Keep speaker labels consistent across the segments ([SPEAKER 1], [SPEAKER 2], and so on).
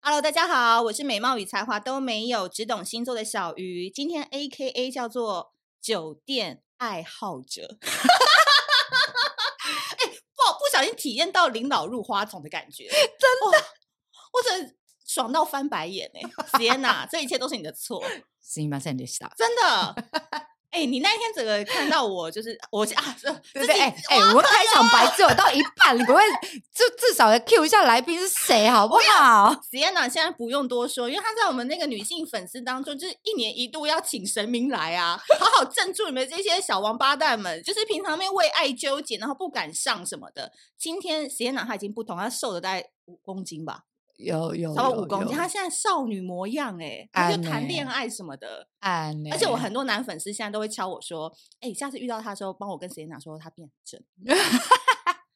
[SPEAKER 1] Hello，大家好，我是美貌与才华都没有，只懂星座的小鱼。今天 A K A 叫做酒店爱好者。 哎、不不小心体验到领导入花丛的感觉，真的，我真的爽到翻白眼哎、欸！天呐，这一切都是你的错，
[SPEAKER 2] すみませんでした。
[SPEAKER 1] 真的。哎、你那一天整个看到我，就是我啊，这这
[SPEAKER 2] 对不
[SPEAKER 1] 是
[SPEAKER 2] 对？哎哎，我们开场
[SPEAKER 1] 啊
[SPEAKER 2] 白只有到一半，你不会就至少要 Q 一下来宾是谁，好不 好？
[SPEAKER 1] Sienna 现在不用多说，因为她在我们那个女性粉丝当中，就是一年一度要请神明来啊，好好镇住你们这些小王八蛋们，就是平常面为爱纠结，然后不敢上什么的。今天 Sienna 她已经不同，她瘦了大概五公斤吧，
[SPEAKER 2] 有有
[SPEAKER 1] 差不
[SPEAKER 2] 哦有
[SPEAKER 1] 多五公斤，
[SPEAKER 2] 有
[SPEAKER 1] 她现在少女模样哎、她就
[SPEAKER 2] 安
[SPEAKER 1] 谈
[SPEAKER 2] 呢
[SPEAKER 1] 恋爱什么的。
[SPEAKER 2] 哎呢
[SPEAKER 1] 而且我很多男粉丝现在都会敲我说，哎、下次遇到她的时候，帮我跟 Sienna 说她变很 正。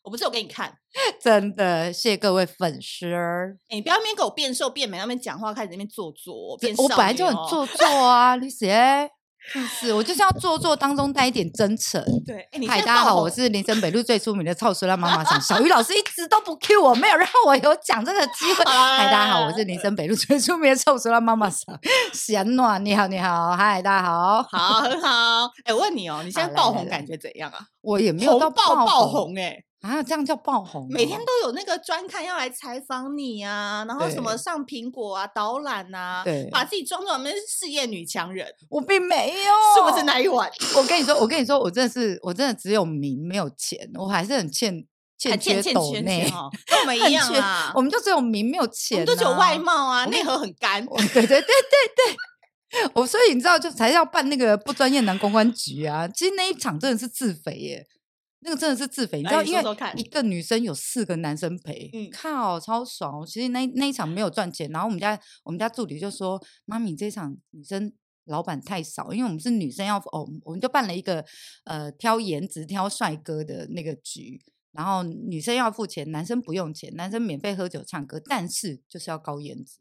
[SPEAKER 1] 我不是有给你看，
[SPEAKER 2] 真的谢谢各位粉丝儿，
[SPEAKER 1] 哎、你不要那边给我变瘦变美，那边讲话开始那边做作，变
[SPEAKER 2] 我
[SPEAKER 1] 少
[SPEAKER 2] 本来就
[SPEAKER 1] 女
[SPEAKER 2] 很
[SPEAKER 1] 哦
[SPEAKER 2] 做作啊，李姐。是不是？我就是要做作当中带一点真诚。
[SPEAKER 1] 对，哎，你
[SPEAKER 2] 嗨，
[SPEAKER 1] 现在
[SPEAKER 2] 大家
[SPEAKER 1] 爆
[SPEAKER 2] 好，我
[SPEAKER 1] 红
[SPEAKER 2] 是林森北路最出名的臭酸辣妈妈桑小鱼老师，一直都不 Q 我，没有让我有讲这个 机会。
[SPEAKER 1] 哎
[SPEAKER 2] 嗨，大家好，我是林森北路最出名的臭酸辣妈妈桑贤暖，你好，你好，嗨，大家好。
[SPEAKER 1] 好，很好。哎、我问你哦，你现
[SPEAKER 2] 好
[SPEAKER 1] 在
[SPEAKER 2] 来
[SPEAKER 1] 爆
[SPEAKER 2] 来
[SPEAKER 1] 红
[SPEAKER 2] 来
[SPEAKER 1] 感觉怎样啊？
[SPEAKER 2] 我也没有到
[SPEAKER 1] 红爆
[SPEAKER 2] 爆
[SPEAKER 1] 红哎、
[SPEAKER 2] 啊，这样叫爆红哦，
[SPEAKER 1] 每天都有那个专刊要来采访你啊，然后什么
[SPEAKER 2] 对
[SPEAKER 1] 上苹果啊、导览啊，
[SPEAKER 2] 对哦
[SPEAKER 1] 把自己装作我们是事业女强人，
[SPEAKER 2] 我并没有，
[SPEAKER 1] 是不是？那一晚？
[SPEAKER 2] 我跟你说，我跟你说，我真的是，我真的只有名没有钱，我还是很欠
[SPEAKER 1] 还
[SPEAKER 2] 欠
[SPEAKER 1] 哎欠
[SPEAKER 2] 缺
[SPEAKER 1] 欠
[SPEAKER 2] 抖
[SPEAKER 1] 缺
[SPEAKER 2] 内
[SPEAKER 1] 钱，哦，跟我们一
[SPEAKER 2] 很
[SPEAKER 1] 样
[SPEAKER 2] 缺
[SPEAKER 1] 啊。
[SPEAKER 2] 我们就只有名没有
[SPEAKER 1] 我
[SPEAKER 2] 钱、
[SPEAKER 1] 们
[SPEAKER 2] 啊，
[SPEAKER 1] 都只有外。貌啊，内核很干。
[SPEAKER 2] 我 对对对对对，哦我所以你知道，就才要办那个不专业男公关局啊。其实那一场真的是自肥耶，那个真的是自肥。你
[SPEAKER 1] 来
[SPEAKER 2] 知道，
[SPEAKER 1] 你
[SPEAKER 2] 因
[SPEAKER 1] 说说
[SPEAKER 2] 为
[SPEAKER 1] 看
[SPEAKER 2] 一个女生有四个男生陪，
[SPEAKER 1] 嗯
[SPEAKER 2] 靠，超爽哦。其实那那一场没有赚钱，然后我们家我们家助理就说：“妈咪，这一场女生。”老板太少，因为我们是女生要哦，我们就办了一个呃挑颜值、挑帅哥的那个局，然后女生要付钱，男生不用钱，男生免费喝酒唱歌，但是就是要高颜值，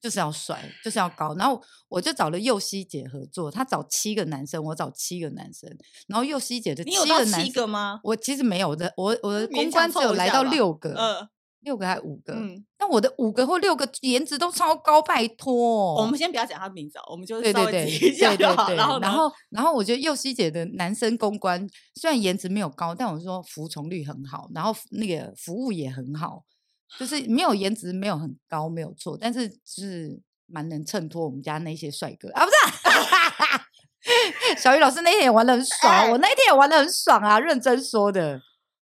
[SPEAKER 2] 就是要帅，就是要高。然后我就找了佑希姐合作，她找七个男生，我找七个男生，然后佑希姐的
[SPEAKER 1] 你有
[SPEAKER 2] 七
[SPEAKER 1] 到
[SPEAKER 2] 个男
[SPEAKER 1] 七
[SPEAKER 2] 生
[SPEAKER 1] 个吗？
[SPEAKER 2] 我其实没有的，我我的
[SPEAKER 1] 勉
[SPEAKER 2] 公
[SPEAKER 1] 强
[SPEAKER 2] 关只
[SPEAKER 1] 凑
[SPEAKER 2] 有
[SPEAKER 1] 一
[SPEAKER 2] 来
[SPEAKER 1] 下
[SPEAKER 2] 到
[SPEAKER 1] 吧
[SPEAKER 2] 六个，
[SPEAKER 1] 呃，
[SPEAKER 2] 六个还五个，
[SPEAKER 1] 嗯，
[SPEAKER 2] 但我的五个或六个颜值都超高，拜托。
[SPEAKER 1] 我们先不要讲他名字哦，我们就
[SPEAKER 2] 对
[SPEAKER 1] 稍微
[SPEAKER 2] 对对
[SPEAKER 1] 提一
[SPEAKER 2] 对
[SPEAKER 1] 下
[SPEAKER 2] 对
[SPEAKER 1] 就好。
[SPEAKER 2] 对，
[SPEAKER 1] 然后呢，
[SPEAKER 2] 然后然后我觉得佑希姐的男生公关虽然颜值没有高，但我说服从率很好，然后服那个服务也很好，就是没有颜值没有很高没有错，但是就是蛮能衬托我们家那些帅哥啊，不是啊、 小鱼老师那天也玩的很爽，
[SPEAKER 1] 哎
[SPEAKER 2] 我那一天也玩的很爽啊，认真说的。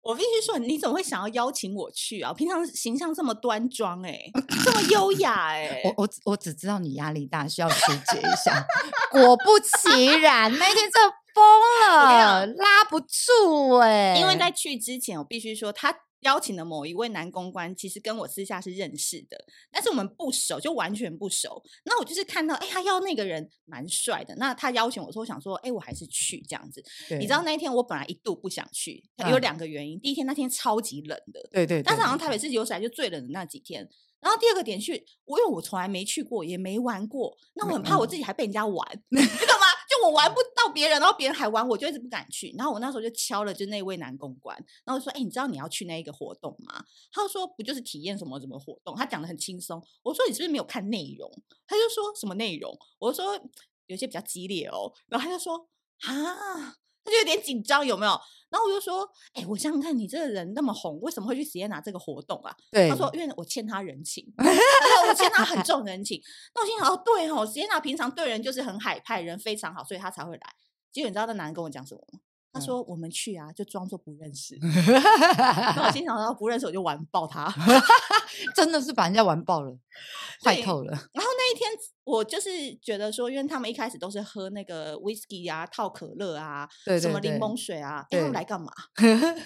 [SPEAKER 1] 我必须说，你怎么会想要邀请我去啊？我平常形象这么端庄、欸，这么优雅、欸，
[SPEAKER 2] 我我只我只知道你压力大，需要疏解一下。果不其然，那一天真的疯
[SPEAKER 1] 我跟你
[SPEAKER 2] 了，拉不住哎、
[SPEAKER 1] 因为在去之前，我必须说，他邀请的某一位男公关，其实跟我私下是认识的，但是我们不熟，就完全不熟。那我就是看到，哎、他邀那个人蛮帅的，那他邀请我说，我想说，哎、我还是去这样子。
[SPEAKER 2] 对
[SPEAKER 1] 你知道那一天我本来一度不想去，有
[SPEAKER 2] 嗯
[SPEAKER 1] 两个原因。第一天那天超级冷的，
[SPEAKER 2] 对对，
[SPEAKER 1] 但是
[SPEAKER 2] 对
[SPEAKER 1] 好像
[SPEAKER 2] 对
[SPEAKER 1] 台北市有史以来就最冷的那几天。然后第二个点是，我因为我从来没去过，也没玩过，那我
[SPEAKER 2] 没
[SPEAKER 1] 很怕我自己还被人家玩，你懂吗？就我玩不到别人，然后别人还玩我，我就一直不敢去。然后我那时候就敲了就那位男公关，然后我说：“哎、你知道你要去那一个活动吗？”他就说：“不就是体验什么什么活动？”他讲的很轻松。我说：“你是不是没有看内容？”他就说什么内容？我就说有些比较激烈哦。然后他就说：“啊。”他就有点紧张，有没有？然后我就说：“哎、我想想看，你这个人那么红，为什么会去 Sienna 这个活动啊？”
[SPEAKER 2] 对
[SPEAKER 1] 他说：“因为我欠他人情，他说我欠他很重人情。”那我心想：“哦，对哦，Sienna 平常对人就是很海派，人非常好，所以他才会来。”结果你知道那男人跟我讲什么吗？他
[SPEAKER 2] 嗯
[SPEAKER 1] 说：“我们去啊，就装作不认 识。”然后我心想：“要不认识我就完爆他。”
[SPEAKER 2] 真的是把人家玩爆了，坏
[SPEAKER 1] 对
[SPEAKER 2] 透了。
[SPEAKER 1] 然后那一天，我就是觉得说，因为他们一开始都是喝那个 whisky 啊、套可乐啊、
[SPEAKER 2] 对
[SPEAKER 1] 什
[SPEAKER 2] 对
[SPEAKER 1] 么柠
[SPEAKER 2] 对
[SPEAKER 1] 檬水啊，哎，他们
[SPEAKER 2] 对
[SPEAKER 1] 来干嘛？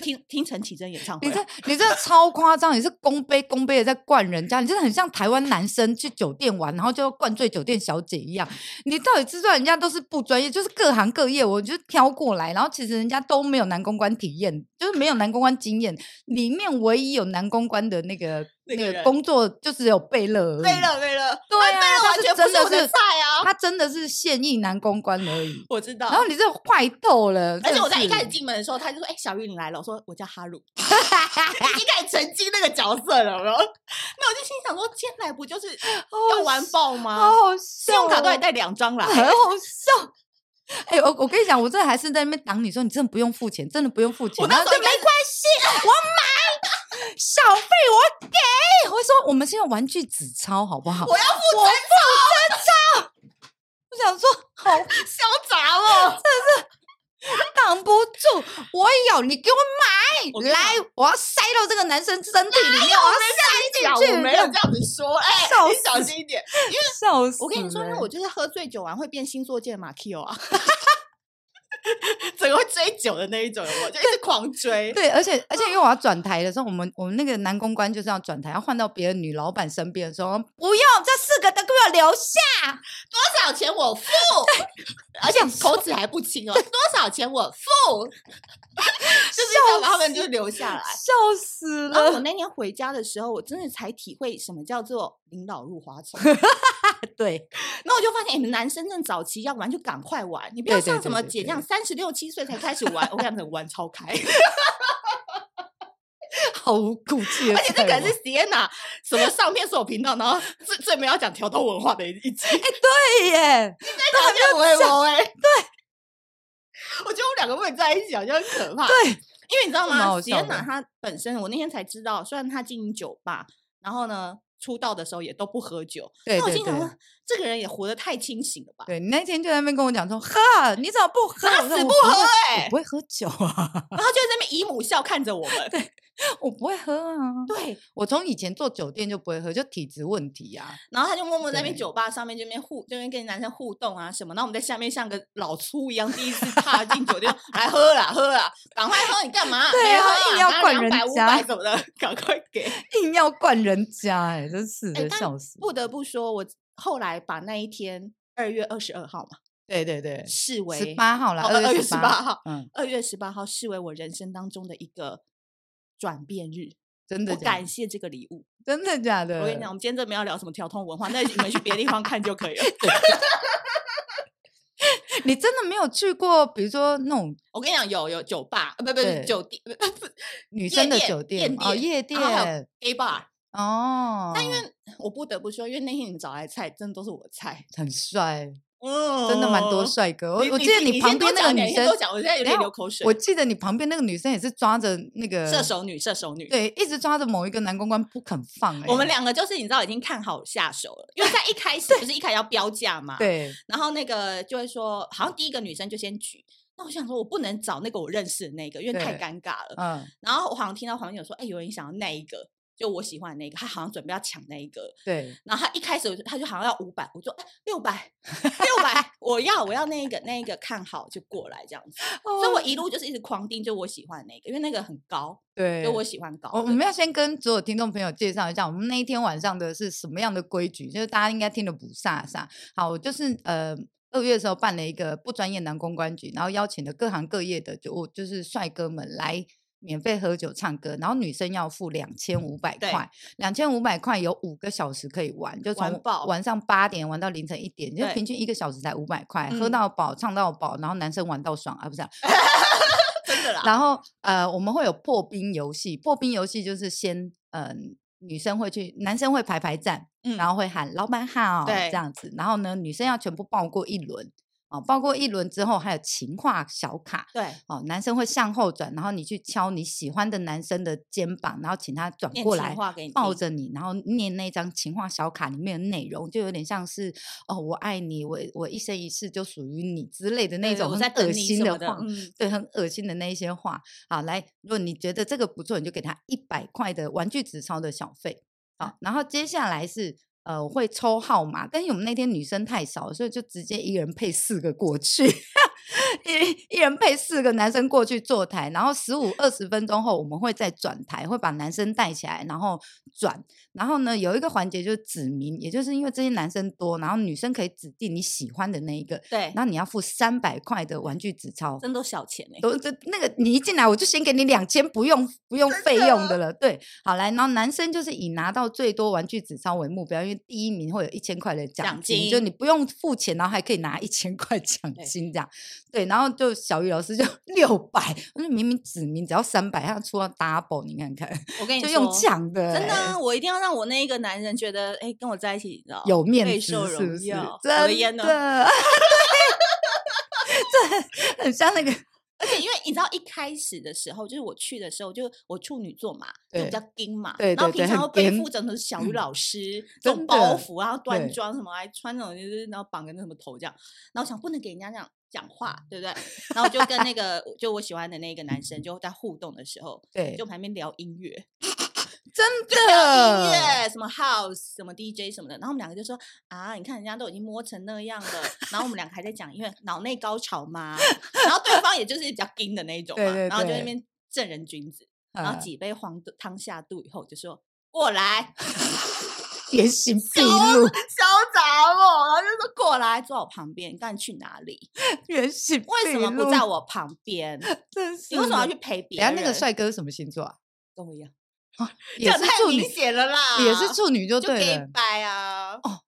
[SPEAKER 1] 听听陈绮贞演唱会
[SPEAKER 2] 你
[SPEAKER 1] 啊。
[SPEAKER 2] 这你这超夸张，你是公杯公杯的在灌人家，你真的很像台湾男生去酒店玩，然后就灌醉酒店小姐一样。你到底知不知道人家都是不专业，就是各行各业，我就挑过来，然后其实人家都没有男公关体验，就是没有男公关经验，里面唯一有男公关的那个
[SPEAKER 1] 那
[SPEAKER 2] 那
[SPEAKER 1] 个人
[SPEAKER 2] 个工作就只有贝勒而已。
[SPEAKER 1] 贝勒，贝勒，
[SPEAKER 2] 对
[SPEAKER 1] 哎贝
[SPEAKER 2] 啊
[SPEAKER 1] 勒
[SPEAKER 2] 他
[SPEAKER 1] 完
[SPEAKER 2] 是
[SPEAKER 1] 全不
[SPEAKER 2] 真
[SPEAKER 1] 是
[SPEAKER 2] 的
[SPEAKER 1] 我的
[SPEAKER 2] 是
[SPEAKER 1] 菜 啊！
[SPEAKER 2] 他真的是现役男公关而已。
[SPEAKER 1] 我知道。
[SPEAKER 2] 然后你这坏透了，
[SPEAKER 1] 而
[SPEAKER 2] 真
[SPEAKER 1] 且
[SPEAKER 2] 的
[SPEAKER 1] 我在一开始
[SPEAKER 2] 是
[SPEAKER 1] 进门的时候，他就说：“哎、
[SPEAKER 2] 啊
[SPEAKER 1] 小玉你来了。”我说：“我叫哈鲁。”已经开始沉浸那个角色了，有没有？那我我就心想说，今天来不就是
[SPEAKER 2] 好
[SPEAKER 1] 要玩爆吗？
[SPEAKER 2] 好
[SPEAKER 1] 信
[SPEAKER 2] 笑、
[SPEAKER 1] 用卡都还
[SPEAKER 2] 哦
[SPEAKER 1] 带两张来，
[SPEAKER 2] 很 好笑。哎、我我跟你讲，我这还是在那边挡你说，你真的不用付钱，真的不用付钱。
[SPEAKER 1] 我那
[SPEAKER 2] 然后
[SPEAKER 1] 时候
[SPEAKER 2] 就
[SPEAKER 1] 应该
[SPEAKER 2] 没关系，我买小费我给。我会说我们是用玩具纸钞，好不好？
[SPEAKER 1] 我要付真
[SPEAKER 2] 我想说好
[SPEAKER 1] 潇洒 了。
[SPEAKER 2] 挡不住，我有，你给我
[SPEAKER 1] 我
[SPEAKER 2] 买
[SPEAKER 1] 跟你
[SPEAKER 2] 来，我要塞到这个男生身体里面，
[SPEAKER 1] 啊
[SPEAKER 2] 我要
[SPEAKER 1] 讲
[SPEAKER 2] 塞进去。
[SPEAKER 1] 我没有这样子说，哎、
[SPEAKER 2] 笑
[SPEAKER 1] 你
[SPEAKER 2] 死
[SPEAKER 1] 小心一点。
[SPEAKER 2] 笑死人！
[SPEAKER 1] 我跟你说，因为我就是喝醉酒完会变星座界的马 Q 啊， 整个会追酒的那一种，我就一直狂追。
[SPEAKER 2] 对，而且而且因为我要转台的时候，我们我们那个男公关就是要转台，要换到别的女老板身边的时候，不用这四个都给我留下。
[SPEAKER 1] 多少钱 我付，而且口齿还不清哦。多少钱我付， 就是要把他们就留下 来。
[SPEAKER 2] 笑死
[SPEAKER 1] 然后我
[SPEAKER 2] 了！
[SPEAKER 1] 那年回家的时候，我真的才体会什么叫做领导入花 丛。
[SPEAKER 2] 对，
[SPEAKER 1] 然后我就发现，你们男生正早期要玩就赶快玩，你不要
[SPEAKER 2] 对对
[SPEAKER 1] 像什
[SPEAKER 2] 对
[SPEAKER 1] 么
[SPEAKER 2] 对
[SPEAKER 1] 姐
[SPEAKER 2] 对
[SPEAKER 1] 这样三十六七岁才开始 玩，我跟你讲，玩超开。
[SPEAKER 2] 好无骨气的菜哦，
[SPEAKER 1] 而且这个是 Sienna 什么上片所有频道，然后最最没有讲调动文化的一一集，
[SPEAKER 2] 哎对耶，
[SPEAKER 1] 大家围我哎， 对，我觉得我们两个混在一起好像很可怕，
[SPEAKER 2] 对，
[SPEAKER 1] 因为你知道
[SPEAKER 2] 这蛮
[SPEAKER 1] 吗
[SPEAKER 2] 好笑的
[SPEAKER 1] ？Sienna 她本身，我那天才知道，虽然她经营酒吧，然后呢出道的时候也都不喝酒，
[SPEAKER 2] 对
[SPEAKER 1] 那我
[SPEAKER 2] 对
[SPEAKER 1] 心想
[SPEAKER 2] 对
[SPEAKER 1] 说，这个人也活得太清醒了吧？
[SPEAKER 2] 对你那天就在那边跟我讲说，呵，你怎么不喝？
[SPEAKER 1] 打
[SPEAKER 2] 我说
[SPEAKER 1] 死不
[SPEAKER 2] 我会
[SPEAKER 1] 喝
[SPEAKER 2] 我
[SPEAKER 1] 哎
[SPEAKER 2] 不会喝酒啊，
[SPEAKER 1] 然后就在那边姨母笑看着我 们，对
[SPEAKER 2] 我不会喝啊。我从以前做酒店就不会喝，就体质问题啊。
[SPEAKER 1] 然后他就默默在那边
[SPEAKER 2] 对
[SPEAKER 1] 酒吧上面这边互，这边跟男生互动啊什么。然后我们在下面像个老粗一样，第一次踏进酒店，来喝啦喝啦，赶快喝，你干嘛？
[SPEAKER 2] 对
[SPEAKER 1] 没
[SPEAKER 2] 啊
[SPEAKER 1] 喝
[SPEAKER 2] 硬要灌
[SPEAKER 1] 两
[SPEAKER 2] 人
[SPEAKER 1] 百五
[SPEAKER 2] 家
[SPEAKER 1] 百什么的，赶快给。
[SPEAKER 2] 硬要灌人家、哎，真是
[SPEAKER 1] 哎
[SPEAKER 2] 的，
[SPEAKER 1] 但
[SPEAKER 2] 笑死！
[SPEAKER 1] 不得不说，我后来把那一天二月二十二号嘛，
[SPEAKER 2] 对对对，
[SPEAKER 1] 视为
[SPEAKER 2] 十八号啦，
[SPEAKER 1] 哦二
[SPEAKER 2] 月
[SPEAKER 1] 月十八号，
[SPEAKER 2] 嗯，
[SPEAKER 1] 二月十八号视为我人生当中的一个转变日。
[SPEAKER 2] 真的
[SPEAKER 1] 我
[SPEAKER 2] 假的
[SPEAKER 1] 感谢这个礼物。
[SPEAKER 2] 真的假的？
[SPEAKER 1] 我跟你讲，我，们今天这没有聊什么调通 文化，那你们去别的地方看就可以了。
[SPEAKER 2] 你真的没有去过，比如说那种
[SPEAKER 1] 我跟你讲，有有酒吧，呃不不是
[SPEAKER 2] 对
[SPEAKER 1] 酒店，呃不
[SPEAKER 2] 女
[SPEAKER 1] 夜
[SPEAKER 2] 生的
[SPEAKER 1] 店
[SPEAKER 2] 酒
[SPEAKER 1] 夜
[SPEAKER 2] 店
[SPEAKER 1] 店然
[SPEAKER 2] 吗哦，夜
[SPEAKER 1] 后还有
[SPEAKER 2] 店
[SPEAKER 1] gay bar。
[SPEAKER 2] 哦，
[SPEAKER 1] 但因为我不得不说，因为那天你找来的菜真的都是我的菜，
[SPEAKER 2] 很帅，
[SPEAKER 1] 嗯
[SPEAKER 2] 真的蛮多。帅哥。我我记得
[SPEAKER 1] 你
[SPEAKER 2] 旁
[SPEAKER 1] 先
[SPEAKER 2] 边
[SPEAKER 1] 多
[SPEAKER 2] 那
[SPEAKER 1] 讲一
[SPEAKER 2] 个
[SPEAKER 1] 点
[SPEAKER 2] 女
[SPEAKER 1] 你先
[SPEAKER 2] 生
[SPEAKER 1] 多，讲，我现在有
[SPEAKER 2] 等
[SPEAKER 1] 点
[SPEAKER 2] 下
[SPEAKER 1] 流口水
[SPEAKER 2] 我。记得你旁边那个女生也是抓着那个
[SPEAKER 1] 射，手女，射手女，
[SPEAKER 2] 对，一直抓着某一个男公关不肯放、哎
[SPEAKER 1] 我们两个就是你知道已经看好下手了，因为在一开始不是一开始要标价嘛，。
[SPEAKER 2] 对
[SPEAKER 1] 然后那个就会说，好像第一个女生就先举。那我想说，我不能找那个我认识的那个，因为太
[SPEAKER 2] 对
[SPEAKER 1] 尴尬了。
[SPEAKER 2] 嗯
[SPEAKER 1] 然后我好像听到旁边有说，哎、有人想要那一个，就我喜欢的那个，他好像准备要抢那一个了。
[SPEAKER 2] 对
[SPEAKER 1] 然后他一开始我就他就好像要五百，我说哎六百六 百，我要我要那一个那一个看好就过来这样子，所以我
[SPEAKER 2] 哦
[SPEAKER 1] 一路就是一直狂盯，就我喜欢那个，因为那个很高，
[SPEAKER 2] 对
[SPEAKER 1] 就我喜欢高的。
[SPEAKER 2] 哦我我们要先跟所有听众朋友介绍一下，我们那一天晚上的是什么样的规矩，就是大家应该听得不飒飒。好，我就是呃二月的时候办了一个不专业男公关局，然后邀请了各行各业的就我就是帅哥们来。免费喝酒唱歌，然后女生要付两千五百
[SPEAKER 1] 对
[SPEAKER 2] 块，两千五百块有五个小时可以玩，就
[SPEAKER 1] 玩
[SPEAKER 2] 从
[SPEAKER 1] 爆
[SPEAKER 2] 晚上八点玩到凌晨一点，就
[SPEAKER 1] 对
[SPEAKER 2] 平均一个小时才五百块，喝
[SPEAKER 1] 嗯
[SPEAKER 2] 到饱，唱到饱，然后男生玩到爽啊，不 是啊、
[SPEAKER 1] 真的啦，
[SPEAKER 2] 然后呃，我们会有破冰游戏，破冰游戏就是先呃，女生会去，男生会排排站，
[SPEAKER 1] 嗯
[SPEAKER 2] 然后会喊老板好，
[SPEAKER 1] 对
[SPEAKER 2] 这样子。然后呢，女生要全部报过一轮。哦，报过一轮之后，还有情话小卡
[SPEAKER 1] 对
[SPEAKER 2] 哦，男生会向后转，然后你去敲你喜欢的男生的肩膀，然后请他转
[SPEAKER 1] 念
[SPEAKER 2] 过
[SPEAKER 1] 情
[SPEAKER 2] 来，
[SPEAKER 1] 话给你
[SPEAKER 2] 抱
[SPEAKER 1] 听
[SPEAKER 2] 着你，然后念那张情话小卡里面的内容，就有点像是哦，我爱你，我我一生一世就属于你之类的那
[SPEAKER 1] 对对
[SPEAKER 2] 种
[SPEAKER 1] 我
[SPEAKER 2] 很
[SPEAKER 1] 在等
[SPEAKER 2] 恶
[SPEAKER 1] 你
[SPEAKER 2] 心
[SPEAKER 1] 什
[SPEAKER 2] 的
[SPEAKER 1] 么的
[SPEAKER 2] 话，
[SPEAKER 1] 嗯
[SPEAKER 2] 对，很恶心的那一些话。好，来，如果你觉得这个不错，你就给他一百块的玩具纸钞的小费。好，然后接下来是呃，我会抽号码，但是我们那天女生太少，所以就直接一人配四个过去， 一一人配四个男生过去坐台，然后十五二十分钟后我们会再转台，会把男生带起来，然后转。然后呢，有一个环节就是指名，也就是因为这些男生多，然后女生可以指定你喜欢的那一个，
[SPEAKER 1] 对，
[SPEAKER 2] 然后你要付三百块的玩具纸钞。
[SPEAKER 1] 真都小钱哎、
[SPEAKER 2] 都这那个你一进来我就先给你两千，不用不用费用的了。对，好来，然后男生就是以拿到最多玩具纸钞为目标，因为第一名会有一千块的奖
[SPEAKER 1] 奖
[SPEAKER 2] 金，就
[SPEAKER 1] 金
[SPEAKER 2] 你不用付钱，然后还可以拿一千块奖
[SPEAKER 1] 对
[SPEAKER 2] 金这样。对，然后就小雨老师就六百，我说明明指明只要三百，他出了 double，你看看，
[SPEAKER 1] 我跟你
[SPEAKER 2] 就
[SPEAKER 1] 说，
[SPEAKER 2] 用抢的欸、
[SPEAKER 1] 真的啊、我一定要让我那一个男人觉得，哎、跟我在一起，你知道
[SPEAKER 2] 有面
[SPEAKER 1] 备
[SPEAKER 2] 子
[SPEAKER 1] 受
[SPEAKER 2] 是
[SPEAKER 1] 荣
[SPEAKER 2] 不是？
[SPEAKER 1] 耀我
[SPEAKER 2] 真
[SPEAKER 1] 的烟哦呢
[SPEAKER 2] 对 这很像那个
[SPEAKER 1] 而且因为你知道一开始的时候，就是我去的时候，就我处女座嘛，就比
[SPEAKER 2] 对
[SPEAKER 1] 较硬嘛，
[SPEAKER 2] 对
[SPEAKER 1] 然后
[SPEAKER 2] 对
[SPEAKER 1] 平
[SPEAKER 2] 对
[SPEAKER 1] 常
[SPEAKER 2] 很
[SPEAKER 1] 又背
[SPEAKER 2] 硬
[SPEAKER 1] 负着那种小雨老师这
[SPEAKER 2] 真
[SPEAKER 1] 种包
[SPEAKER 2] 的
[SPEAKER 1] 袱，然后端
[SPEAKER 2] 对
[SPEAKER 1] 庄什么，还穿那种就是然后绑个那什么头这样，然后想不能给人家这样讲话，对不对？然后就跟那个就我喜欢的那个男生就在互动的时候，
[SPEAKER 2] 对
[SPEAKER 1] 就，旁边聊音乐，聊
[SPEAKER 2] 真
[SPEAKER 1] 音
[SPEAKER 2] 的
[SPEAKER 1] 乐什么 house 什么 DJ 什么的，然后我们两个就说啊，你看人家都已经摸成那样了，然后我们两个还在讲，因为脑内高潮嘛，然后对方也就是比较硬的那一种嘛，
[SPEAKER 2] 对对
[SPEAKER 1] 然后就在那
[SPEAKER 2] 对
[SPEAKER 1] 边正人君子，然后
[SPEAKER 2] 呃
[SPEAKER 1] 几杯黄豆汤下肚以后就说。过来，
[SPEAKER 2] 原 形毕
[SPEAKER 1] 啊
[SPEAKER 2] 露，
[SPEAKER 1] 潇洒我，然后就说过来，坐我旁边。你刚才去哪里？
[SPEAKER 2] 原形
[SPEAKER 1] 为什么不
[SPEAKER 2] 毕
[SPEAKER 1] 在
[SPEAKER 2] 露？
[SPEAKER 1] 我旁 边？
[SPEAKER 2] 真是
[SPEAKER 1] 你为什么要
[SPEAKER 2] 的
[SPEAKER 1] 去？陪
[SPEAKER 2] 等
[SPEAKER 1] 别
[SPEAKER 2] 下
[SPEAKER 1] 人？
[SPEAKER 2] 那个帅哥是什么星座啊？
[SPEAKER 1] 跟我一样，这
[SPEAKER 2] 也
[SPEAKER 1] 样
[SPEAKER 2] 是
[SPEAKER 1] 太
[SPEAKER 2] 处
[SPEAKER 1] 明
[SPEAKER 2] 女，
[SPEAKER 1] 显了啦，
[SPEAKER 2] 也是处女就
[SPEAKER 1] 就
[SPEAKER 2] 对
[SPEAKER 1] gay
[SPEAKER 2] 了。
[SPEAKER 1] 拜啊，
[SPEAKER 2] 啊，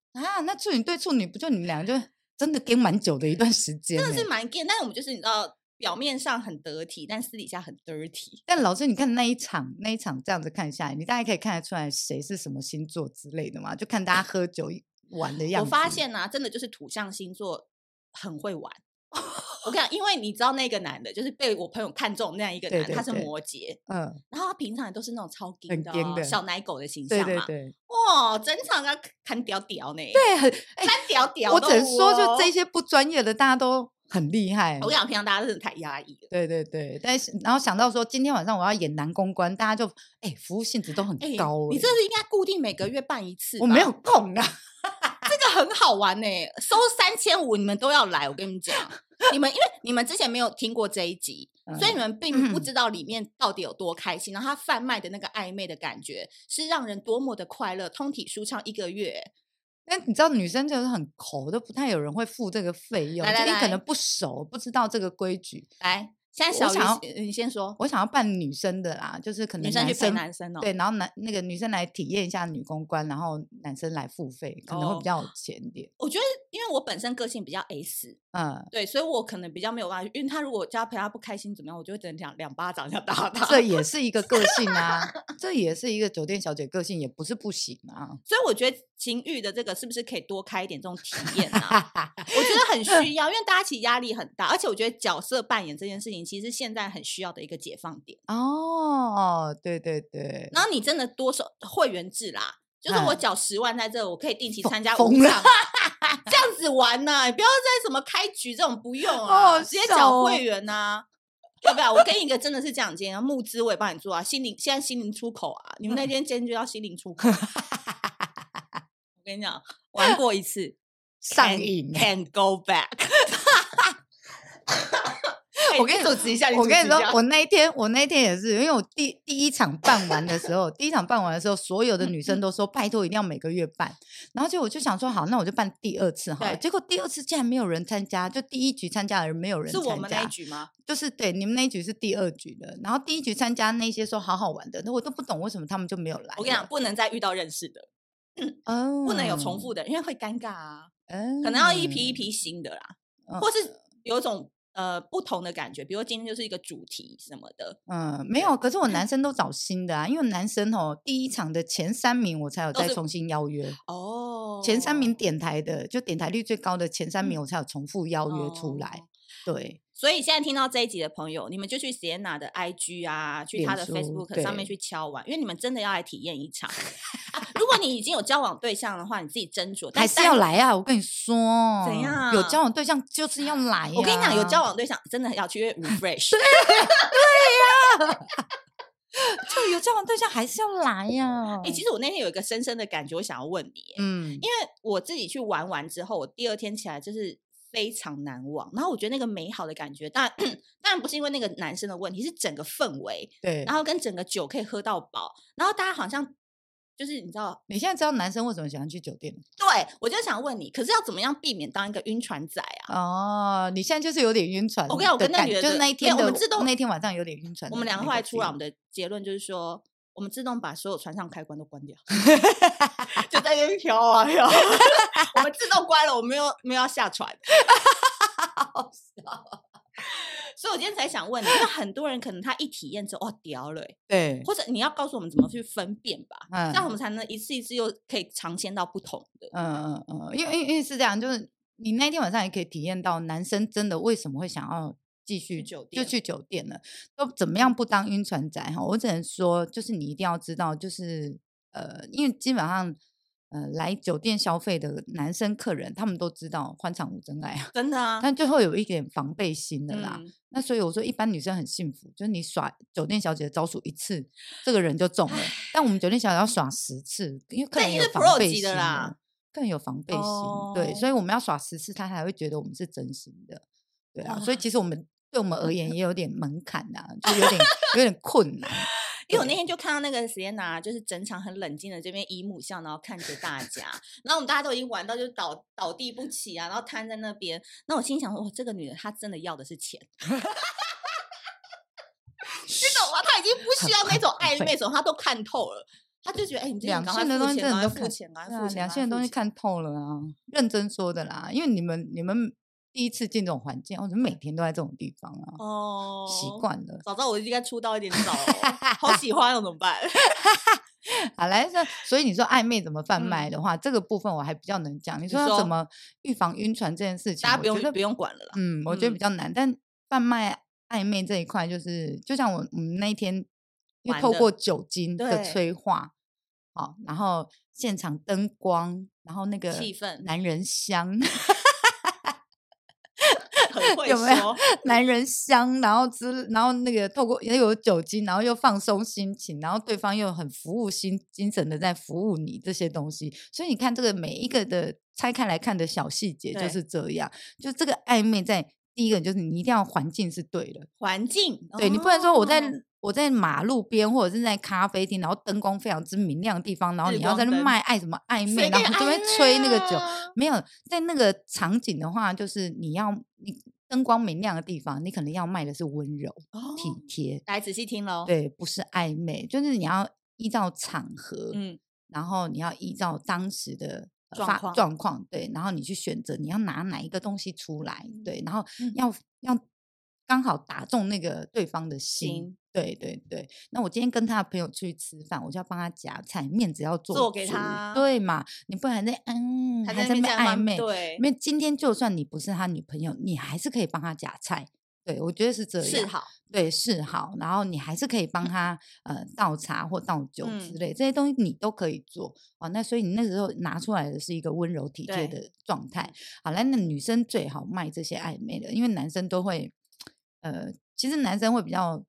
[SPEAKER 2] 那处女对处女不就你们两个就真的跟蛮久的一段时间
[SPEAKER 1] 真
[SPEAKER 2] 呢、
[SPEAKER 1] 的是蛮 gay，但是我们就是你知道，表面上很得体，但私底下很 dirty。
[SPEAKER 2] 但老师，你看那一场那一场这样子看下来，你大概可以看得出来谁是什么星座之类的嘛？就看大家喝酒一玩的样
[SPEAKER 1] 我
[SPEAKER 2] 子。
[SPEAKER 1] 发现啊，真的就是土象星座很会 玩。我跟你讲，因为你知道那个男的，就是被我朋友看中那样一个
[SPEAKER 2] 对
[SPEAKER 1] 男，
[SPEAKER 2] 对
[SPEAKER 1] 他是
[SPEAKER 2] 对
[SPEAKER 1] 摩羯，
[SPEAKER 2] 嗯，
[SPEAKER 1] 然后他平常也都是那种超硬
[SPEAKER 2] 很
[SPEAKER 1] 的,、哦
[SPEAKER 2] 硬的
[SPEAKER 1] 小奶狗的形象
[SPEAKER 2] 对
[SPEAKER 1] 嘛。
[SPEAKER 2] 对对
[SPEAKER 1] 哇，整场啊看屌屌呢，
[SPEAKER 2] 对，很哎、
[SPEAKER 1] 看屌屌。哦
[SPEAKER 2] 我只能说，就这。哎些不专业的，大家都很厉害
[SPEAKER 1] 我。跟你讲，平常大家真的太压抑了。
[SPEAKER 2] 对对对，但是然后想到说今天晚上我要演男公关，大家就哎、服务性质都很
[SPEAKER 1] 哎、
[SPEAKER 2] 高、欸。
[SPEAKER 1] 你这是应该固定每个月办一次吧。
[SPEAKER 2] 我没有空啊，
[SPEAKER 1] 这很好玩呢、收三千五你们都要来，我跟你们讲， 你们因为你们之前没有听过这一集，所以
[SPEAKER 2] 嗯
[SPEAKER 1] 你们并不知道里面到底有多开心，然后他贩卖的那个暧昧的感觉是让人多么的快乐，通体舒畅一个月、
[SPEAKER 2] 但你知道女生就是很抠，都不太有人会付这个费用。
[SPEAKER 1] 来来
[SPEAKER 2] 就你
[SPEAKER 1] 来
[SPEAKER 2] 可能不熟，不知道这个规矩。
[SPEAKER 1] 来，现在
[SPEAKER 2] 我
[SPEAKER 1] 小
[SPEAKER 2] 想要
[SPEAKER 1] 鱼先，你先说，
[SPEAKER 2] 我想要扮女生的啦，就是可能
[SPEAKER 1] 女生去陪
[SPEAKER 2] 生
[SPEAKER 1] 男生哦、
[SPEAKER 2] 对，然后男那个女生来体验一下女公关，然后男生来付费，可能会
[SPEAKER 1] 哦
[SPEAKER 2] 比较有钱一点。
[SPEAKER 1] 我觉得，因为我本身个性比较 S，
[SPEAKER 2] 嗯，
[SPEAKER 1] 对，所以我可能比较没有办法，因为他如果叫他陪他不开心怎么样，我就会只能两两巴掌要打他。
[SPEAKER 2] 这 也是一个个性啊，这也是一个酒店小姐个性，也不是不行啊。
[SPEAKER 1] 所以我觉得情欲的这个是不是可以多开一点这种体验啊？我觉得很需要，因为大家其实压力很大，而且我觉得角色扮演这件事情其实现在很需要的一个解放点。
[SPEAKER 2] 哦，对对对，
[SPEAKER 1] 然后你真的多收会员制啦，就是我
[SPEAKER 2] 嗯
[SPEAKER 1] 缴十万在这，我可以定期
[SPEAKER 2] 疯
[SPEAKER 1] 参加
[SPEAKER 2] 疯
[SPEAKER 1] 五
[SPEAKER 2] 了
[SPEAKER 1] 场啊， 这样子玩呐、不要再什么开局这种不用
[SPEAKER 2] 好
[SPEAKER 1] 啊，
[SPEAKER 2] 好
[SPEAKER 1] 直接
[SPEAKER 2] 笑
[SPEAKER 1] 缴
[SPEAKER 2] 哦
[SPEAKER 1] 会员呐、要不要？我跟你一个真的是这样接，然后募资我也帮你做啊，心灵现在心灵出口啊，你们 那天坚决要心灵出口。我跟你讲，玩过一次，
[SPEAKER 2] 上
[SPEAKER 1] can-
[SPEAKER 2] 瘾。
[SPEAKER 1] ，can go back 哎。
[SPEAKER 2] 我跟你
[SPEAKER 1] 主持一下，
[SPEAKER 2] 我
[SPEAKER 1] 主
[SPEAKER 2] 跟
[SPEAKER 1] 持
[SPEAKER 2] 你
[SPEAKER 1] 一
[SPEAKER 2] 说
[SPEAKER 1] 下，
[SPEAKER 2] 我那一天，我那一天也是，因为我第第一场办完的时候，第一场办完的时候，所有的女生都说拜托一定要每个月办，然后结果我就想说好，那我就办第二次好了。
[SPEAKER 1] 对
[SPEAKER 2] 结果第二次竟然没有人参加，就第一局参加的人没有人
[SPEAKER 1] 是
[SPEAKER 2] 参加，
[SPEAKER 1] 我们那一局吗？
[SPEAKER 2] 就是对你们那一局是第二局的，然后第一局参加那些说好好玩的，那我都不懂为什么他们就没有来了。
[SPEAKER 1] 我跟你讲，不能再遇到认识的，
[SPEAKER 2] 哦，
[SPEAKER 1] 不能有重复的，因为会尴尬啊。
[SPEAKER 2] 嗯，
[SPEAKER 1] 可能要一批一批新的啦，
[SPEAKER 2] 嗯
[SPEAKER 1] 或是有一种呃不同的感觉，比如今天就是一个主题什么的，
[SPEAKER 2] 嗯，没有，可是我男生都找新的啊，因为男生哦，第一场的前三名我才有
[SPEAKER 1] 都
[SPEAKER 2] 再
[SPEAKER 1] 是
[SPEAKER 2] 重新邀约。
[SPEAKER 1] 哦嗯
[SPEAKER 2] 前三名点台的，就点台率最高的前三名，我才有重复邀约出来。
[SPEAKER 1] 哦
[SPEAKER 2] 对，
[SPEAKER 1] 所以现在听到这一集的朋友，你们就去 Sienna 的 IG 啊，去
[SPEAKER 2] 脸
[SPEAKER 1] 她的
[SPEAKER 2] 书
[SPEAKER 1] Facebook 上面
[SPEAKER 2] 对
[SPEAKER 1] 去敲完，因为你们真的要来体验一场、啊如果你已经有交往对象的话，你自己斟酌，但
[SPEAKER 2] 还是要
[SPEAKER 1] 单。
[SPEAKER 2] 来啊！我跟你说，
[SPEAKER 1] 怎
[SPEAKER 2] 有
[SPEAKER 1] 样啊
[SPEAKER 2] 交往对象就是要来、
[SPEAKER 1] 我跟你讲，有交，往对象真的要去因 为 refresh，
[SPEAKER 2] 就有交往对象还是要来呀、
[SPEAKER 1] 哎、其实我那天有一个深深的感觉，我想要问 你、欸
[SPEAKER 2] 嗯，
[SPEAKER 1] 因为我自己去玩完之后，我第二天起来就是非常难忘。然后我觉得那个美好的感觉，当然 当然不是因为那个男生的问题，是整个氛围，
[SPEAKER 2] 对
[SPEAKER 1] 然。后跟整个酒可以喝到饱，然后大家好像就是你知道，
[SPEAKER 2] 你现在知道男生为什么喜欢去酒店了
[SPEAKER 1] 对我就想问你，可是要怎么样避免当一个晕船仔啊？
[SPEAKER 2] 哦？你现在就是有点晕船的
[SPEAKER 1] 我
[SPEAKER 2] 感
[SPEAKER 1] 跟你讲我
[SPEAKER 2] 觉。
[SPEAKER 1] 跟那女的
[SPEAKER 2] 就是那一
[SPEAKER 1] 对
[SPEAKER 2] 天
[SPEAKER 1] 我
[SPEAKER 2] 的
[SPEAKER 1] 们自动
[SPEAKER 2] 那天晚上有点晕船的那个 feel。
[SPEAKER 1] 我们两个后来出来，我们的结论就是说，我们自动把所有船上开关都关掉， 就在 那边飘啊飘。我们自动关了，我们没有没有要下船。所以我今天才想问你，因为很多人可能他一体验之后，哇，屌了欸、
[SPEAKER 2] 对，
[SPEAKER 1] 或者你要告诉我们怎么去分辨吧，
[SPEAKER 2] 嗯
[SPEAKER 1] 这样我们才能一次一次又可以尝鲜到不同的。
[SPEAKER 2] 嗯嗯嗯，因为因为因为是这样，就是你那天晚上也可以体验到男生真的为什么会想要继续
[SPEAKER 1] 酒
[SPEAKER 2] 就
[SPEAKER 1] 店嗯
[SPEAKER 2] 去酒店了，都怎么样不当晕船仔哈？我只能说，就是你一定要知道，就是呃，因为基本上。呃，来酒店消费的男生客人，他们都知道欢场无真爱啊，
[SPEAKER 1] 真的啊，
[SPEAKER 2] 但最后有一点防备心的啦。
[SPEAKER 1] 嗯
[SPEAKER 2] 那所以我说，一般女生很幸福，就是你耍酒店小姐的招数一次，这个人就中了。但我们酒店小姐要耍十次，因为客
[SPEAKER 1] 那
[SPEAKER 2] 人
[SPEAKER 1] 已
[SPEAKER 2] 有
[SPEAKER 1] 经是
[SPEAKER 2] 防
[SPEAKER 1] pro
[SPEAKER 2] 备
[SPEAKER 1] 级
[SPEAKER 2] 心
[SPEAKER 1] 的啦哦
[SPEAKER 2] 了，更有防备心。对，所以我们要耍十次，他才会觉得我们是真心的。对啊，所以其实我们对我们而言也有点门槛呐、啊，就有点有点 困难。
[SPEAKER 1] 因为我那天就看到那个 s i e n a 就是整场很冷静的这边姨母笑，然后看着大家，然后我们大家都已经玩到就倒倒地不起啊，然后瘫在那边。那我心想说，哇，这个女人她真的要的是钱， 你懂吗？她已经不需要那种暧昧什么，她都看透了，她就觉得，哎、你这个
[SPEAKER 2] 两
[SPEAKER 1] 人赶快
[SPEAKER 2] 性的
[SPEAKER 1] 付钱，赶
[SPEAKER 2] 东西真的都
[SPEAKER 1] 快
[SPEAKER 2] 看
[SPEAKER 1] 付钱，赶
[SPEAKER 2] 对
[SPEAKER 1] 快付，
[SPEAKER 2] 啊
[SPEAKER 1] 钱，
[SPEAKER 2] 两
[SPEAKER 1] 赶快
[SPEAKER 2] 性的东
[SPEAKER 1] 付
[SPEAKER 2] 西
[SPEAKER 1] 钱
[SPEAKER 2] 看透了啊，认真说的啦，因为你们你们第一次进这种环境，我哦们每天都在这种地方啊，
[SPEAKER 1] 哦，
[SPEAKER 2] 习。惯了。
[SPEAKER 1] 早知道我就应该出道一点早 哦，好喜欢哦，怎么办？
[SPEAKER 2] 好来，那所以你说暧昧怎么贩卖的话，这个部分我还比较能讲。你说要
[SPEAKER 1] 嗯说
[SPEAKER 2] 怎么预防晕船这件事情，
[SPEAKER 1] 大家不
[SPEAKER 2] 我
[SPEAKER 1] 用
[SPEAKER 2] 觉得
[SPEAKER 1] 不用管了啦。
[SPEAKER 2] 嗯，我觉得比
[SPEAKER 1] 嗯
[SPEAKER 2] 较难。但贩卖暧昧这一块，就是就像我我们那一天，因为
[SPEAKER 1] 玩
[SPEAKER 2] 透
[SPEAKER 1] 的
[SPEAKER 2] 过酒精的
[SPEAKER 1] 对
[SPEAKER 2] 催化，好，然后现场灯光，然后那个
[SPEAKER 1] 气氛
[SPEAKER 2] 男人香，
[SPEAKER 1] 很会
[SPEAKER 2] 有没有
[SPEAKER 1] 说，
[SPEAKER 2] 男人香，然后之，然后那个透过也有酒精，然后又放松心情，然后对方又很服务心精神的在服务你这些东西，所以你看这个每一个的拆开来看的小细节就
[SPEAKER 1] 对
[SPEAKER 2] 是这样，就这个暧昧在第一个就是你一定要环境是对的，
[SPEAKER 1] 环境，
[SPEAKER 2] 对你不能说我在
[SPEAKER 1] 哦
[SPEAKER 2] 我在马路边或者是在咖啡厅，然后灯光非常之明亮的地方，然后
[SPEAKER 1] 日
[SPEAKER 2] 你要在
[SPEAKER 1] 光
[SPEAKER 2] 那
[SPEAKER 1] 灯
[SPEAKER 2] 卖爱什么暧昧，
[SPEAKER 1] 谁
[SPEAKER 2] 然
[SPEAKER 1] 跟你
[SPEAKER 2] 后这边
[SPEAKER 1] 暧昧
[SPEAKER 2] 吹那个酒，
[SPEAKER 1] 啊
[SPEAKER 2] 没有在那个场景的话，就是你要你灯光明亮的地方，你可能要卖的是温柔、
[SPEAKER 1] 哦
[SPEAKER 2] 体贴，
[SPEAKER 1] 来仔细听喽。，
[SPEAKER 2] 对，不是暧昧，就是你要依照场合，
[SPEAKER 1] 嗯，
[SPEAKER 2] 然后你要依照当时的呃
[SPEAKER 1] 状
[SPEAKER 2] 发
[SPEAKER 1] 况
[SPEAKER 2] 状况，对，然后你去选择你要拿哪一个东西出来，对，然后
[SPEAKER 1] 嗯
[SPEAKER 2] 要、要刚好打中那个对方的心。
[SPEAKER 1] 心
[SPEAKER 2] 对对对，那我今天跟他的朋友出去吃饭，我就要帮他夹菜，面子要做
[SPEAKER 1] 做给
[SPEAKER 2] 足
[SPEAKER 1] 他
[SPEAKER 2] 对嘛？你不然在嗯
[SPEAKER 1] 还
[SPEAKER 2] 还
[SPEAKER 1] 在那边
[SPEAKER 2] 在那
[SPEAKER 1] 这
[SPEAKER 2] 边
[SPEAKER 1] 样
[SPEAKER 2] 暧
[SPEAKER 1] 慢
[SPEAKER 2] 昧，
[SPEAKER 1] 对，
[SPEAKER 2] 没有今天就算你不是他女朋友，你还是可以帮他夹菜。对，我觉得是这样，
[SPEAKER 1] 是好，
[SPEAKER 2] 对示好，然后你还是可以帮他呃倒茶或倒酒
[SPEAKER 1] 嗯
[SPEAKER 2] 之类、这些东西，你都可以做哦。那所以你那时候拿出来的是一个温柔体
[SPEAKER 1] 对
[SPEAKER 2] 贴的状态。好了，那女生最好卖这些暧昧的，因为男生都会呃，其实男生会比较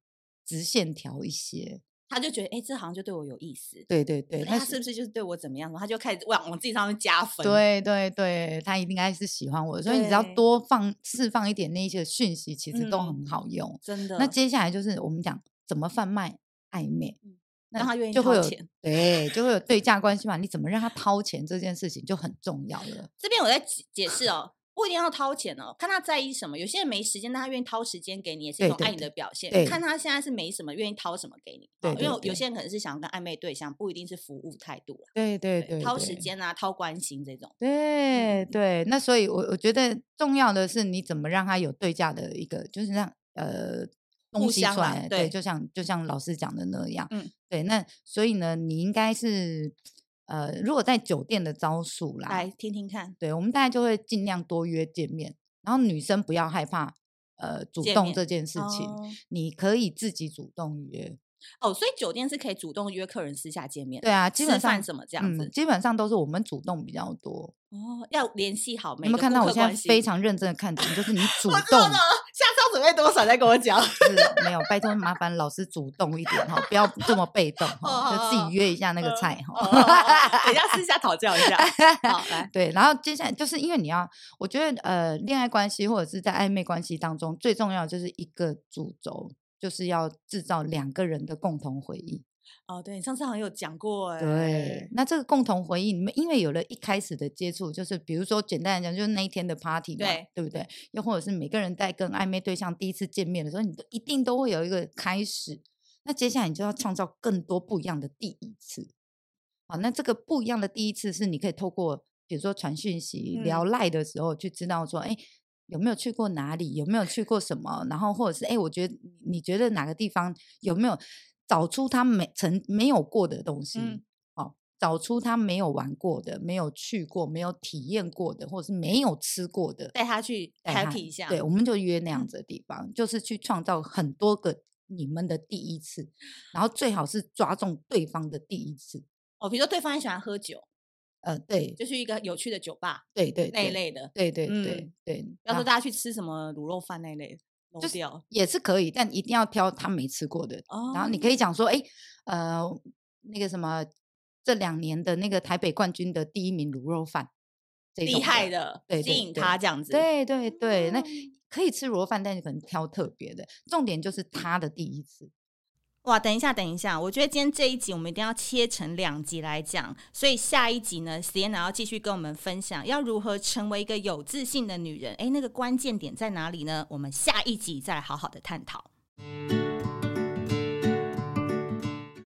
[SPEAKER 2] 直线条一些。
[SPEAKER 1] 他就觉得哎，诶这好像就对我有意思。
[SPEAKER 2] 对对对，
[SPEAKER 1] 诶
[SPEAKER 2] 那
[SPEAKER 1] 哎他是不是就是对我怎么样？他就开始往往自己上面加分。，
[SPEAKER 2] 对对对，他一定该是喜欢我的，所以你只要
[SPEAKER 1] 对
[SPEAKER 2] 多放释放一点那一些讯息，其实都很
[SPEAKER 1] 嗯
[SPEAKER 2] 好用。
[SPEAKER 1] 真的。
[SPEAKER 2] 那接下来就是我们讲怎么贩卖暧昧
[SPEAKER 1] 嗯，
[SPEAKER 2] 那
[SPEAKER 1] 让他愿意
[SPEAKER 2] 就会
[SPEAKER 1] 掏
[SPEAKER 2] 有
[SPEAKER 1] 钱
[SPEAKER 2] 对，就会有对价关系嘛。你怎么让他掏钱这件事情就很重要 了。
[SPEAKER 1] 这边我在解解释哦。不一定要掏钱哦，看他在意什么。有些人没时间，但他愿意掏时间给你，也是
[SPEAKER 2] 对
[SPEAKER 1] 一种
[SPEAKER 2] 对
[SPEAKER 1] 爱你
[SPEAKER 2] 对
[SPEAKER 1] 的表现
[SPEAKER 2] 对。
[SPEAKER 1] 看他现在是没什么，愿意掏什么给你。
[SPEAKER 2] 对
[SPEAKER 1] 哦
[SPEAKER 2] 对
[SPEAKER 1] 因为
[SPEAKER 2] 对
[SPEAKER 1] 有些人可能是想要跟暧昧对象，不一定是服务态度啦。
[SPEAKER 2] 对对对，
[SPEAKER 1] 掏
[SPEAKER 2] 对
[SPEAKER 1] 时。间啊，掏关心这种。嗯
[SPEAKER 2] 对对，那所以我我觉得重要的是你怎么让他有对价的一个，就是让呃东
[SPEAKER 1] 互
[SPEAKER 2] 西
[SPEAKER 1] 相
[SPEAKER 2] 出
[SPEAKER 1] 啦
[SPEAKER 2] 来，
[SPEAKER 1] 对
[SPEAKER 2] 就像就像老师讲的那样，
[SPEAKER 1] 嗯，
[SPEAKER 2] 对。那所以呢，你应该是呃，如果在酒店的招数啦，
[SPEAKER 1] 来听听看，
[SPEAKER 2] 对，我们大概就会尽量多约见面，然后女生不要害怕呃主
[SPEAKER 1] 见
[SPEAKER 2] 动
[SPEAKER 1] 面
[SPEAKER 2] 这件事情，
[SPEAKER 1] 哦
[SPEAKER 2] 你可以自己主动约。
[SPEAKER 1] 哦，所以酒店是可以主动约客人私下见面，
[SPEAKER 2] 对，啊，基本
[SPEAKER 1] 吃饭
[SPEAKER 2] 上
[SPEAKER 1] 什么这样子
[SPEAKER 2] 嗯，。基本上都是我们主动比较多。
[SPEAKER 1] 哦，要联系好
[SPEAKER 2] 你
[SPEAKER 1] 每
[SPEAKER 2] 有没
[SPEAKER 1] 个
[SPEAKER 2] 有看
[SPEAKER 1] 顾
[SPEAKER 2] 到我
[SPEAKER 1] 客
[SPEAKER 2] 现在
[SPEAKER 1] 关系
[SPEAKER 2] 非常认真的看着你，就是你主
[SPEAKER 1] 我知道
[SPEAKER 2] 动
[SPEAKER 1] 了，下次要准备多少再跟我 讲。
[SPEAKER 2] 是没有，拜托麻烦老师主动一点哈，不要这么被动哈，就自
[SPEAKER 1] 哦哦哦
[SPEAKER 2] 己约一下那个
[SPEAKER 1] 嗯
[SPEAKER 2] 菜
[SPEAKER 1] 哦哦
[SPEAKER 2] 哈。
[SPEAKER 1] 哦哦等一下私下讨教一下。好，来，
[SPEAKER 2] 对，然后 接下来就是因为你要，我觉得呃，恋爱关系或者是在暧昧关系当中，最重要的就是一个主轴，就是要制造两个人的共同回忆。
[SPEAKER 1] 哦，对，你上次好像有讲过，哎，
[SPEAKER 2] 对，，那这个共同回忆，你们因为有了一开始的接触，就是比如说简单来讲，就是那一天的 party 嘛，
[SPEAKER 1] 对
[SPEAKER 2] 不对？又或者是每个人在跟暧昧对象第一次见面的时候，你都一定都会有一个开始。那接下来你就要创造更多不一样的第一次。好，那这个不
[SPEAKER 1] 嗯
[SPEAKER 2] 一样的第一次是你可以透过比如说传讯息、聊赖的时候去知道说，哎，有没有去过哪里，有没有去过什么，然后或者是哎、诶我觉得你觉得哪个地方有没有找出他没曾没有过的东西。
[SPEAKER 1] 嗯
[SPEAKER 2] 哦，找出他没有玩过的、没有去过、没有体验过的，或者是没有吃过的，
[SPEAKER 1] 带他去
[SPEAKER 2] 带他
[SPEAKER 1] happy 一下。嗯
[SPEAKER 2] 对，我们就约那样子的地方，就是去创造很多个你们的第一次，然后最好是抓中对方的第一次。
[SPEAKER 1] 哦，比如说对方很喜欢喝酒，
[SPEAKER 2] 呃，对
[SPEAKER 1] 就去一个有趣的酒吧
[SPEAKER 2] 对对
[SPEAKER 1] 那一
[SPEAKER 2] 对，
[SPEAKER 1] 类的。
[SPEAKER 2] 对对对
[SPEAKER 1] 嗯
[SPEAKER 2] 对，
[SPEAKER 1] 要说
[SPEAKER 2] 然后
[SPEAKER 1] 大家去吃什么卤肉饭那一类的，漏
[SPEAKER 2] 就是
[SPEAKER 1] 掉
[SPEAKER 2] 也是可以，但一定要挑他没吃过的。
[SPEAKER 1] 哦。
[SPEAKER 2] 然后你可以讲说，哎，呃，那个什么，这两年的那个台北冠军的第一名卤肉饭，这
[SPEAKER 1] 厉
[SPEAKER 2] 种
[SPEAKER 1] 害的，
[SPEAKER 2] 对
[SPEAKER 1] 吸
[SPEAKER 2] 对
[SPEAKER 1] 引
[SPEAKER 2] 对
[SPEAKER 1] 他这样子。
[SPEAKER 2] 对对对，那
[SPEAKER 1] 嗯
[SPEAKER 2] 可以吃螺饭，但你可能挑特别的。重点就是他的第一次。
[SPEAKER 1] 哇，等一下，等一下，我觉得今天这一集我们一定要切成两集来讲，所以下一集呢，Sienna 要继续跟我们分享要如何成为一个有自信的女人。诶，那个关键点在哪里呢？我们下一集再好好的探讨。